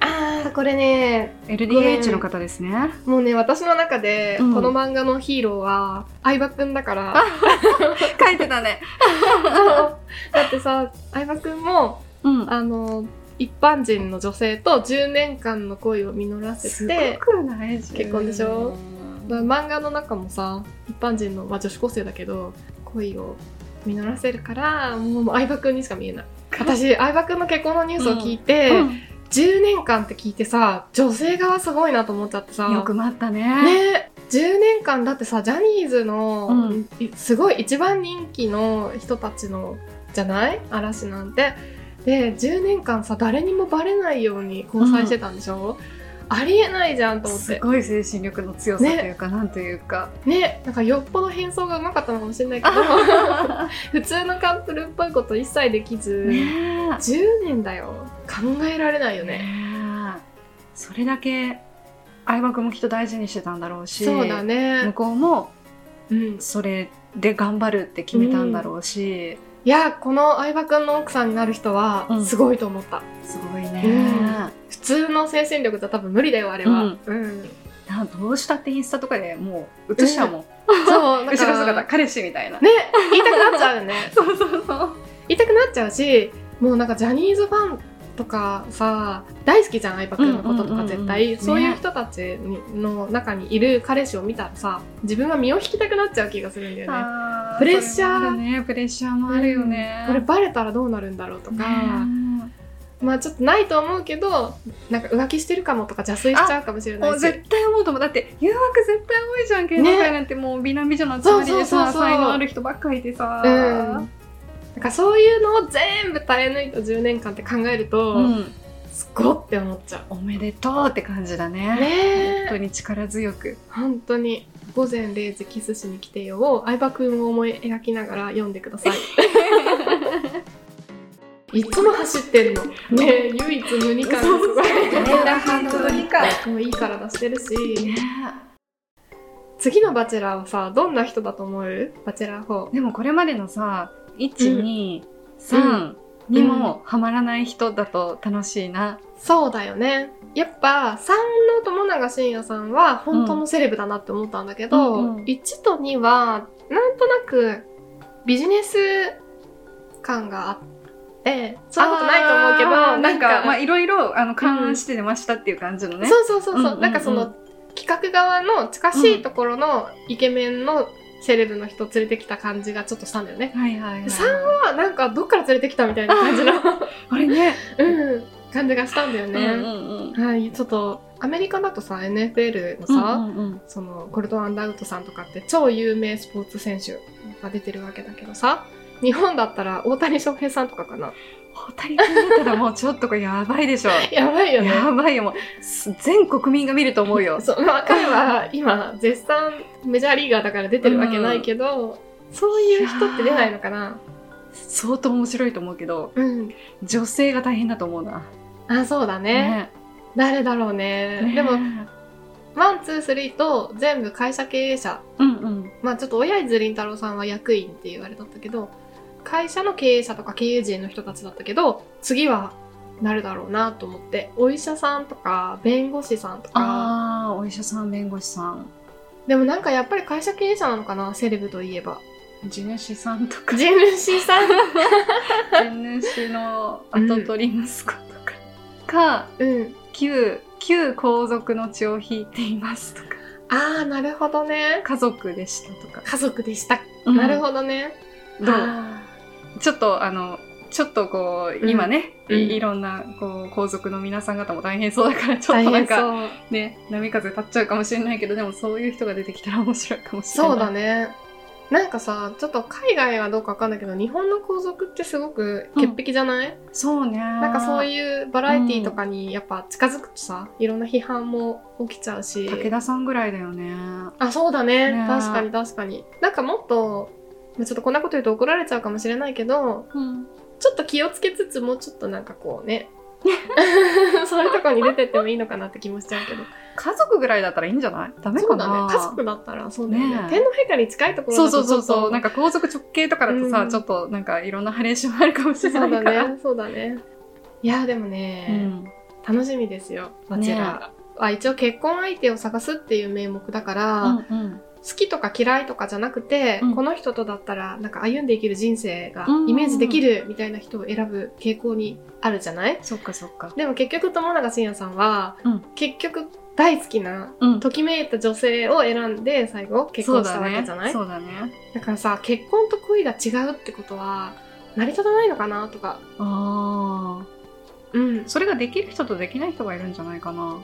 Speaker 2: あーこれね
Speaker 1: LDH の方ですね。
Speaker 2: もうね私の中で、
Speaker 1: うん
Speaker 2: この漫画のヒーローは相葉くんだから
Speaker 1: 書いてたね。
Speaker 2: だってさ相葉くんも
Speaker 1: うん。
Speaker 2: あの一般人の女性と10年間の恋を実らせ
Speaker 1: す
Speaker 2: て
Speaker 1: ごくない
Speaker 2: 結婚でしょまあ漫画の中もさ一般人の、まあ、女子高生だけど恋を実らせるからもうもう相葉君にしか見えない私相葉君の結婚のニュースを聞いて、
Speaker 1: うん
Speaker 2: 10年間って聞いてさ女性側すごいなと思っちゃってさ
Speaker 1: よく待ったね。
Speaker 2: ね10年間だってさジャニーズの、
Speaker 1: うん
Speaker 2: いすごい一番人気の人たちのじゃない嵐なんてで10年間さ誰にもバレないように交際してたんでしょ、ありえないじゃんと思って
Speaker 1: すごい精神力の強さというか、なんというか。
Speaker 2: ねなんかよっぽど変装がうまかったのかもしれないけど 普通のカップルっぽいこと一切できず、
Speaker 1: ね
Speaker 2: 10年だよ考えられないよね、
Speaker 1: ねえそれだけ相葉君もきっと大事にしてたんだろうし
Speaker 2: そうだ
Speaker 1: 向
Speaker 2: ね
Speaker 1: こうも
Speaker 2: うん
Speaker 1: それで頑張るって決めたんだろうし、
Speaker 2: いやこの相葉君の奥さんになる人は
Speaker 1: うん
Speaker 2: すごいと思った、
Speaker 1: すごいね、
Speaker 2: うん普通の精神力じゃ多分無理だよあれは、
Speaker 1: うん
Speaker 2: うん
Speaker 1: なんどうしたってインスタとかでもう映しちゃうもん、
Speaker 2: そうだ
Speaker 1: 後
Speaker 2: から
Speaker 1: ろ姿彼氏みた いな、
Speaker 2: ね言いたくなっちゃうよね
Speaker 1: そうそうそう
Speaker 2: 言いたくなっちゃうしもうなんかジャニーズファンとかさ大好きじゃん相葉君のことと
Speaker 1: うんうんうんう
Speaker 2: か
Speaker 1: ん
Speaker 2: 絶対、
Speaker 1: ね
Speaker 2: そういう人たちの中にいる彼氏を見たらさ自分は身を引きたくなっちゃう気がするんだよね。
Speaker 1: あ
Speaker 2: プレッシャー
Speaker 1: それもあるねプレッシャーもあるよね、
Speaker 2: これバレたらどうなるんだろうとか、
Speaker 1: ね
Speaker 2: まあちょっとないと思うけどなんか浮気してるかもとか邪推しちゃうかもしれな
Speaker 1: も
Speaker 2: いうし
Speaker 1: 絶対思うと思うだって誘惑絶対多いじゃん芸能界なんてもう美男美女の集まりで
Speaker 2: そうそ
Speaker 1: さ
Speaker 2: うそうそう
Speaker 1: 才能ある人ばっかりでさ、
Speaker 2: うんなんかそういうのを全部耐え抜いた10年間って考えると、
Speaker 1: うん
Speaker 2: すごって思っちゃ
Speaker 1: おめでとうって感じだね
Speaker 2: う。
Speaker 1: 本
Speaker 2: ねえ
Speaker 1: 当に力強く
Speaker 2: 本当に「午前0時キスしに来てよ」を相葉くんを思い描きながら読んでくださいいつも走ってんのねえ唯一無二感がすごい
Speaker 1: 連打半導理解
Speaker 2: もういい体してるし次の「バチェラー」はさどんな人だと思うバチェラー4
Speaker 1: でもこれまでのさ
Speaker 2: うん
Speaker 1: 123、3にもハマらない人だと楽しいな、
Speaker 2: そうだよねやっぱ3の友永信也さんは本当のセレブだなって思ったんだけど、
Speaker 1: うんうん
Speaker 2: 1と2はなんとなくビジネス感があってそんなことないと思うけど
Speaker 1: あー
Speaker 2: なんか
Speaker 1: まあいろいろあの勘案して出ましたっていう感じのね、
Speaker 2: そうそうそうそう,、
Speaker 1: うんうんうん
Speaker 2: なんかその企画側の近しいところのイケメンのセレブの人連れてきた感じがちょっとしたんだよね。
Speaker 1: はいはいはい
Speaker 2: 3はなんかどっから連れてきたみたいな 感じの、
Speaker 1: あれね
Speaker 2: うん、感じがしたんだよね。
Speaker 1: うんうん
Speaker 2: はい、ちょっとアメリカだとさ NFL
Speaker 1: う
Speaker 2: のさ、
Speaker 1: んうんうん
Speaker 2: そのコルト・アンダウトさんとかって超有名スポーツ選手が出てるわけだけどさ日本だったら大谷翔平さんとかかな
Speaker 1: 大谷君だったらもうちょっとこれやばいでしょ
Speaker 2: やばいよね
Speaker 1: やばいよもうす全国民が見ると思うよ
Speaker 2: そう、まあ、彼は今絶賛メジャーリーガーだから出てるわけないけど、そういう人って出ないのかな
Speaker 1: 相当面白いと思うけど
Speaker 2: うん
Speaker 1: 女性が大変だと思うな
Speaker 2: あそうだね誰だろうね
Speaker 1: ね
Speaker 2: でも
Speaker 1: う
Speaker 2: ワンツースリーと全部会社経営者
Speaker 1: んうん
Speaker 2: まあちょっと親泉凛太郎さんは役員って言われだったけど会社の経営者とか経営陣の人たちだったけど次はなるだろうなと思ってお医者さんとか弁護士さんとか
Speaker 1: ああお医者さん弁護士さん
Speaker 2: でもなんかやっぱり会社経営者なのかなセレブといえば
Speaker 1: 地主さんとか
Speaker 2: 地主 さん
Speaker 1: 地主の跡取り息子とか、か
Speaker 2: うん
Speaker 1: 旧旧皇族の血を引いていますとか
Speaker 2: ああなるほどね
Speaker 1: 家族でしたとか、
Speaker 2: 家族でした、なる
Speaker 1: ど
Speaker 2: ほどね
Speaker 1: どう
Speaker 2: あ
Speaker 1: ちょっとあのちょっとこ
Speaker 2: う
Speaker 1: うん今ね、
Speaker 2: うん
Speaker 1: いいろんなこう皇族の皆さん方も大変そうだからち
Speaker 2: ー
Speaker 1: ょっ
Speaker 2: 大
Speaker 1: となん
Speaker 2: 変
Speaker 1: か
Speaker 2: そう
Speaker 1: ね波風立っちゃうかもしれないけどでもそういう人が出てきたら面白いかもしれない
Speaker 2: そうだねなんかさちょっと海外はどうかわかんないけど日本の皇族ってすごく潔癖じゃない、
Speaker 1: そうね
Speaker 2: なんかそ
Speaker 1: う
Speaker 2: ういうバラエティとかにやっぱ近づくとさ、いろんな批判も起きちゃうし。
Speaker 1: 武田さんぐらいだよね
Speaker 2: あ、そうだね。
Speaker 1: ね
Speaker 2: 確かに確かに。なんかもっと、まあちょっとこんなこと言うと怒られちゃうかもしれないけど、
Speaker 1: うん
Speaker 2: ちょっと気をつけつつもうちょっとなんかこ うね、そういうとこに出てってもいいのかなって気もしちゃうけど。
Speaker 1: 家族ぐらいだったらいいんじゃないダメ
Speaker 2: そ
Speaker 1: か
Speaker 2: うだ
Speaker 1: な
Speaker 2: ね。家族だったらそうだよね。
Speaker 1: ねえ
Speaker 2: 天皇陛下に近いところだ
Speaker 1: そう
Speaker 2: と
Speaker 1: そうそう
Speaker 2: ちょっ
Speaker 1: そ
Speaker 2: と
Speaker 1: うなんか皇族直系とかだとさ、
Speaker 2: うん
Speaker 1: ちょっとなんかいろんなハレーションあるかもしれな
Speaker 2: そ
Speaker 1: いうか
Speaker 2: だ
Speaker 1: ら
Speaker 2: ね。そうだね。いや、でもね、
Speaker 1: うん
Speaker 2: 楽しみですよ、バチェラー。あ一応結婚相手を探すっていう名目だから、
Speaker 1: うんうん
Speaker 2: 好きとか嫌いとかじゃなくて、
Speaker 1: うん
Speaker 2: この人とだったらなんか歩んでいける人生が
Speaker 1: うん
Speaker 2: イメージできるみたいな人を選ぶ傾向にあるじゃない
Speaker 1: そっかそっか
Speaker 2: でも結局友永信也さんは、
Speaker 1: うん
Speaker 2: 結局大好きな
Speaker 1: うん
Speaker 2: ときめいた女性を選んで最後結婚したわけじゃないだ,、
Speaker 1: そうだねそうだね
Speaker 2: からさ結婚と恋が違うってことは成り立たないのかなとか
Speaker 1: ああ
Speaker 2: うん
Speaker 1: それができる人とできない人がいるんじゃないかな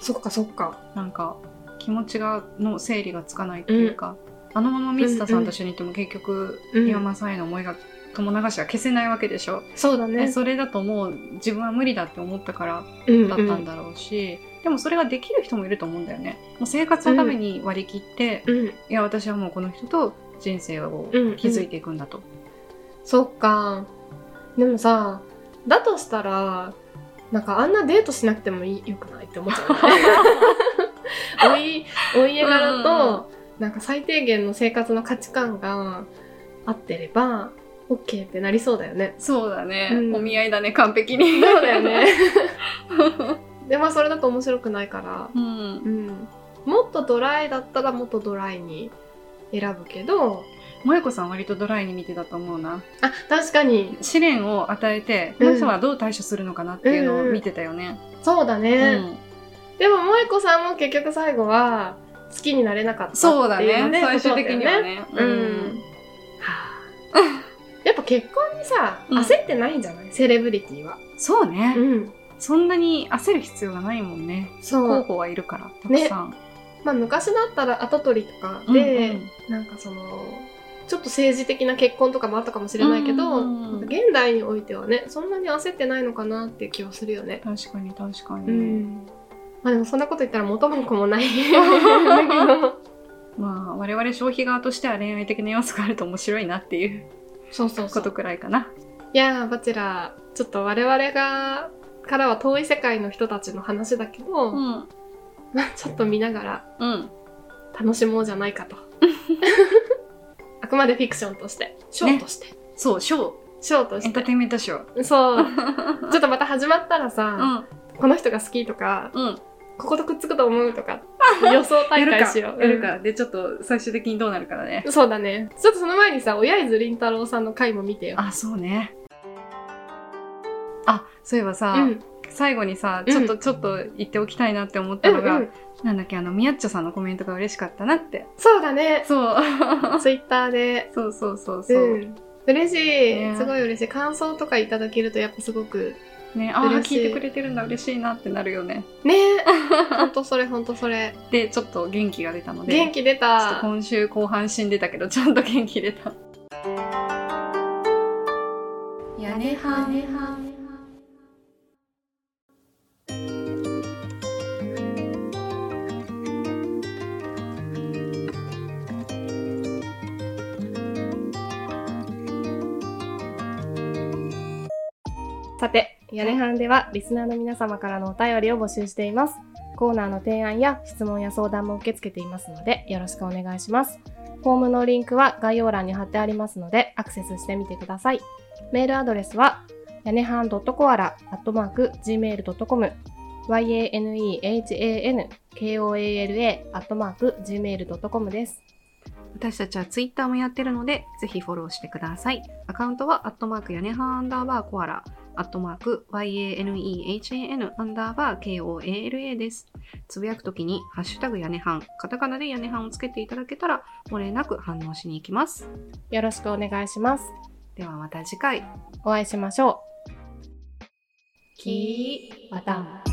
Speaker 2: そっかそっか
Speaker 1: なんか気持ちがの整理がつかないっていうか、あのまま水田さんと一緒にいても結局
Speaker 2: うん
Speaker 1: 岩間さんへの思いが友流しは消せないわけでしょ、
Speaker 2: そうだ
Speaker 1: で
Speaker 2: ね
Speaker 1: それだともう自分は無理だって思ったから
Speaker 2: うん
Speaker 1: だったんだろうし、でもそれができる人もいると思うんだよねもう生活のために割り切って、
Speaker 2: うん、うん
Speaker 1: いや私はもうこの人と人生を
Speaker 2: うん
Speaker 1: 築いていくんだと、
Speaker 2: そっか。でもさ、だとしたら、なんかあんなデートしなくてもいいよくないって思っちゃ うよね。おい、お家柄と、なんか最低限の生活の価値観が合ってれば、 OK ってなりそうだよね。
Speaker 1: そうだね、
Speaker 2: うん
Speaker 1: お見合いだね完璧に
Speaker 2: そうだよ ね。でまあそれだと面白くないから、
Speaker 1: うん
Speaker 2: うん、もっとドライだったらもっとドライに選ぶけど
Speaker 1: 萌子さん割とドライに見てたと思うな
Speaker 2: あ確かに
Speaker 1: 試練を与えて
Speaker 2: うん
Speaker 1: この人はどう対処するのかなっていうのを見てたよね、
Speaker 2: そうだ
Speaker 1: うん
Speaker 2: ね、でも萌子さんも結局最後は好きになれなかったっていう
Speaker 1: そうだね
Speaker 2: ので
Speaker 1: 最終的にはね
Speaker 2: そうだよねうん、はあやっぱ結婚にさ
Speaker 1: うん
Speaker 2: 焦ってないんじゃない、セレブリティは
Speaker 1: そうね、
Speaker 2: うん
Speaker 1: そんなに焦る必要がないもんね
Speaker 2: そ
Speaker 1: 候
Speaker 2: う
Speaker 1: 補はいるからたくさん、
Speaker 2: まあ昔だったら跡取りとかで、
Speaker 1: うんうん
Speaker 2: なんかそのちょっと政治的な結婚とかもあったかもしれないけど、
Speaker 1: うんうんうん
Speaker 2: 現代においてはねそんなに焦ってないのかなっていう気はするよね
Speaker 1: 確かに確かに、
Speaker 2: うんまあでもそんなこと言ったら元も子 もないだけど
Speaker 1: まあ我々消費側としては恋愛的な要素があると面白いなっていう
Speaker 2: そうそうそ
Speaker 1: こ
Speaker 2: う
Speaker 1: とくらいかない
Speaker 2: やーバチェラーちょっと我々がからは遠い世界の人たちの話だけど、
Speaker 1: うん
Speaker 2: まあちょっと見ながら
Speaker 1: うん
Speaker 2: 楽しもうじゃな いかとあくまでフィクションとしてショーとして、
Speaker 1: そうショー
Speaker 2: ショーと
Speaker 1: エ
Speaker 2: し
Speaker 1: ンター
Speaker 2: て
Speaker 1: テインメントショー
Speaker 2: そうちょっとまた始まったら
Speaker 1: う
Speaker 2: さ、
Speaker 1: ん
Speaker 2: この人が好きとか
Speaker 1: うん
Speaker 2: こことくっつくと思うとか予想大
Speaker 1: やる
Speaker 2: 会
Speaker 1: か
Speaker 2: しよ う
Speaker 1: やるかでちょっと最終的にどうなるからね
Speaker 2: うんそうだねちょっとその前にさ親伊豆凛太郎さんの回も見てよ
Speaker 1: あそうねあそういえばさ、
Speaker 2: うん
Speaker 1: 最後にさ
Speaker 2: うん
Speaker 1: ちょっと、ちょっと言っておきたいなって思っ
Speaker 2: う
Speaker 1: た
Speaker 2: ん
Speaker 1: のが、
Speaker 2: うん
Speaker 1: なんだっけあのみやっちょさんのコメントが嬉しかったなって
Speaker 2: そう だね
Speaker 1: そう
Speaker 2: ツイッターで
Speaker 1: そうそうそうそう、
Speaker 2: うん、嬉しい、
Speaker 1: ね
Speaker 2: すごい嬉しい感想とかいただけるとやっぱすごく
Speaker 1: ねああ
Speaker 2: 嬉しい
Speaker 1: 聞いてくれてるんだ嬉しいなってなるよね
Speaker 2: ねほんとそれほんとそれ
Speaker 1: でちょっと元気が出たので
Speaker 2: 元気出
Speaker 1: ちょっと
Speaker 2: た
Speaker 1: 今週後半死んでたけどちゃんと元気出た
Speaker 3: 屋根はねは
Speaker 4: さて、屋根班ではリスナーの皆様からのお便りを募集しています。コーナーの提案や質問や相談も受け付けていますので、よろしくお願いします。フォームのリンクは概要欄に貼ってありますので、アクセスしてみてください。メールアドレスは、屋根班 .coala.gmail.com yanehankoala.gmail.com です。
Speaker 3: 私たちはツイッターもやってるので、ぜひフォローしてください。アカウントは、アットマーク屋根ハアンダーバーコアラ、アットマーク YANEHAN アンダーバー KOALA です。つぶやくときに、ハッシュタグ屋根ハン、カタカナで屋根ハンをつけていただけたら、漏れなく反応しに行きます。
Speaker 4: よろしくお願いします。
Speaker 3: ではまた次回。
Speaker 4: お会いしましょう。
Speaker 3: キー、
Speaker 4: また。